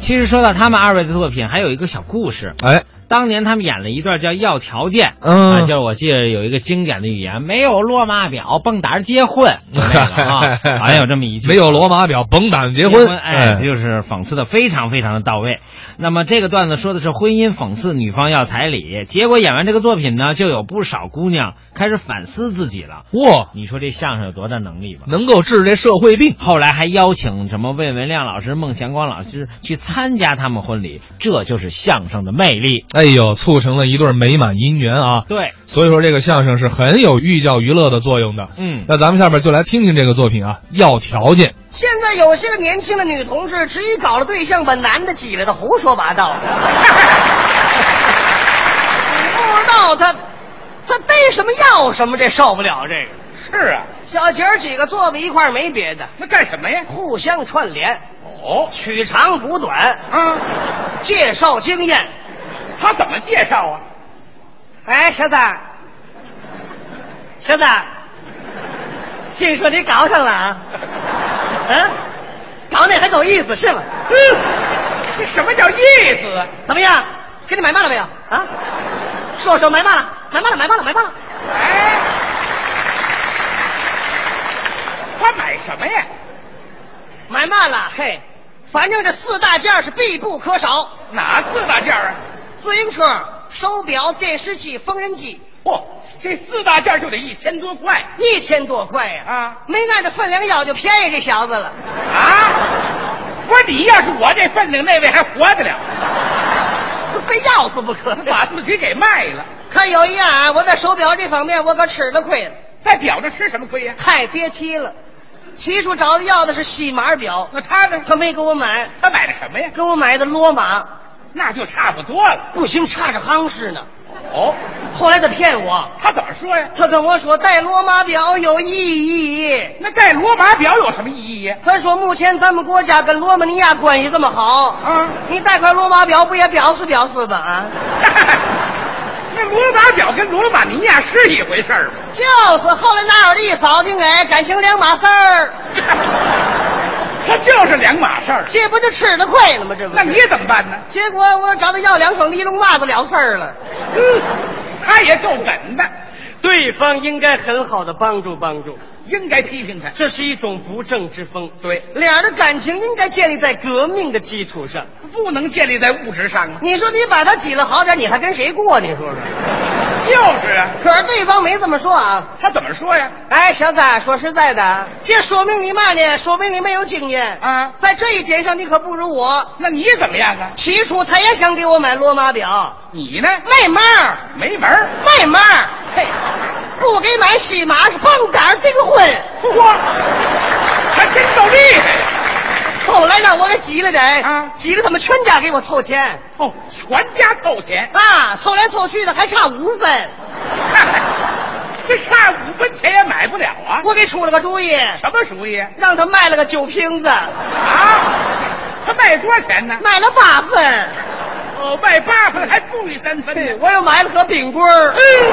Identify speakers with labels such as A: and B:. A: 其实说到他们二位的作品，还有一个小故事。
B: 哎，
A: 当年他们演了一段叫《要条件》，啊，
B: 嗯，
A: 就是我记得有一个经典的语言，没有落马表，蹦跶儿结婚，就那个啊 好像有这么一句。
B: 没有罗马表，甭胆结
A: 结
B: 婚。嗯
A: 哎，就是讽刺的非常非常的到位。那么这个段子说的是婚姻讽刺女方要彩礼，结果演完这个作品呢，就有不少姑娘开始反思自己了。
B: 哇，
A: 你说这相声有多大能力吧？
B: 能够治这社会病，
A: 后来还邀请什么魏文亮老师、孟祥光老师去参加他们婚礼，这就是相声的魅力。
B: 哎呦，促成了一对美满姻缘啊！
A: 对，
B: 所以说，这个相声是很有寓教于乐的作用的。
A: 嗯，
B: 那咱们下面就来听听这个作品啊，要条件。
C: 现在有些个年轻的女同志，执意搞了对象，把男的挤来的胡说八 道。你不知道他，他逮什么要什么，这受不了这个。
D: 是啊，
C: 小姐儿几个坐在一块儿没别的，
D: 那干什么呀？
C: 互相串联，
D: 哦，
C: 取长补短，
D: 啊，
C: 介绍经验。
D: 他怎么介绍啊？
C: 哎，小子，小子，听说你搞上了啊？嗯，搞那很有意思是吗？嗯
D: 这什么叫意思啊？
C: 怎么样？给你买嘛了没有？啊，说说买嘛了，买嘛了，买嘛了，买嘛了。
D: 哎，他买什么呀？
C: 买嘛了，嘿，反正这四大件儿是必不可少：
D: 哪四大件啊？
C: 自行车、手表、电视机、缝纫机，
D: 嚯、哦这四大件就得一千多块
C: 一千多块呀、
D: 啊
C: 没按照分量要，就便宜这小子了。
D: 啊！不是你要是我这份量，那位还活得了？
C: 非要死不可。
D: 把自己给卖了，
C: 看有一样啊，我在手表这方面我可吃了亏了，
D: 在表这吃什么亏呀、
C: 太憋踢了。齐叔找他要的是细码表，
D: 那他呢？
C: 他没给我买，
D: 他买的什么呀？
C: 给我买的罗马，
D: 那就差不多了。
C: 不行，差着夯实呢。
D: 哦，
C: 后来他骗我，
D: 他怎么说呀？
C: 他跟我说戴罗马表有意义。
D: 那戴罗马表有什么意义呀？
C: 他说目前咱们国家跟罗马尼亚关系这么好，
D: 啊，
C: 你戴块罗马表不也表示表示吧？啊，
D: 那罗马表跟罗马尼亚是一回事儿吗？
C: 就是。后来那耳的一扫听，哎，感情两码事儿，
D: 它就是两码事儿。
C: 这不就吃了亏了吗？这不
D: 那
C: 是。
D: 你怎么办呢？
C: 结果我找他要两双尼龙袜子了事儿了。
D: 嗯，他也够狠的，
E: 对方应该很好的帮助帮助，
D: 应该批评他。
E: 这是一种不正之风。
D: 对，
C: 俩人的感情应该建立在革命的基
E: 基
C: 础。
E: 础上，
D: 不能建立在物质上啊。
C: 你说你把他挤了好点，你还跟谁过？你说说。
D: 就是啊，
C: 可是对方没这么说啊。
D: 他怎么说呀？
C: 哎，小子，说实在的，这说明你嘛呢？说明你没有经验
D: 啊
C: 在这一点上你可不如我。
D: 那你怎么样啊？
C: 起初他也想给我买罗马表，
D: 你呢？
C: 卖嘛儿，
D: 没门儿！
C: 卖嘛儿，嘿，不给买喜马是蹦跶订婚。
D: 嚯，还真够厉害呀！
C: 后来让我给急了点
D: 啊
C: 急了他们全家给我凑钱
D: 哦，全家凑钱，
C: 啊，凑来凑去的还差五分，
D: 这差五分钱也买不了啊！
C: 我给出了个主意，
D: 什么主意啊？
C: 让他卖了个酒瓶子，
D: 啊他卖多少钱呢？
C: 卖了八分。
D: 哦，卖八分还不予三分呢。
C: 哎我又买了个饼棍儿，
D: 嗯，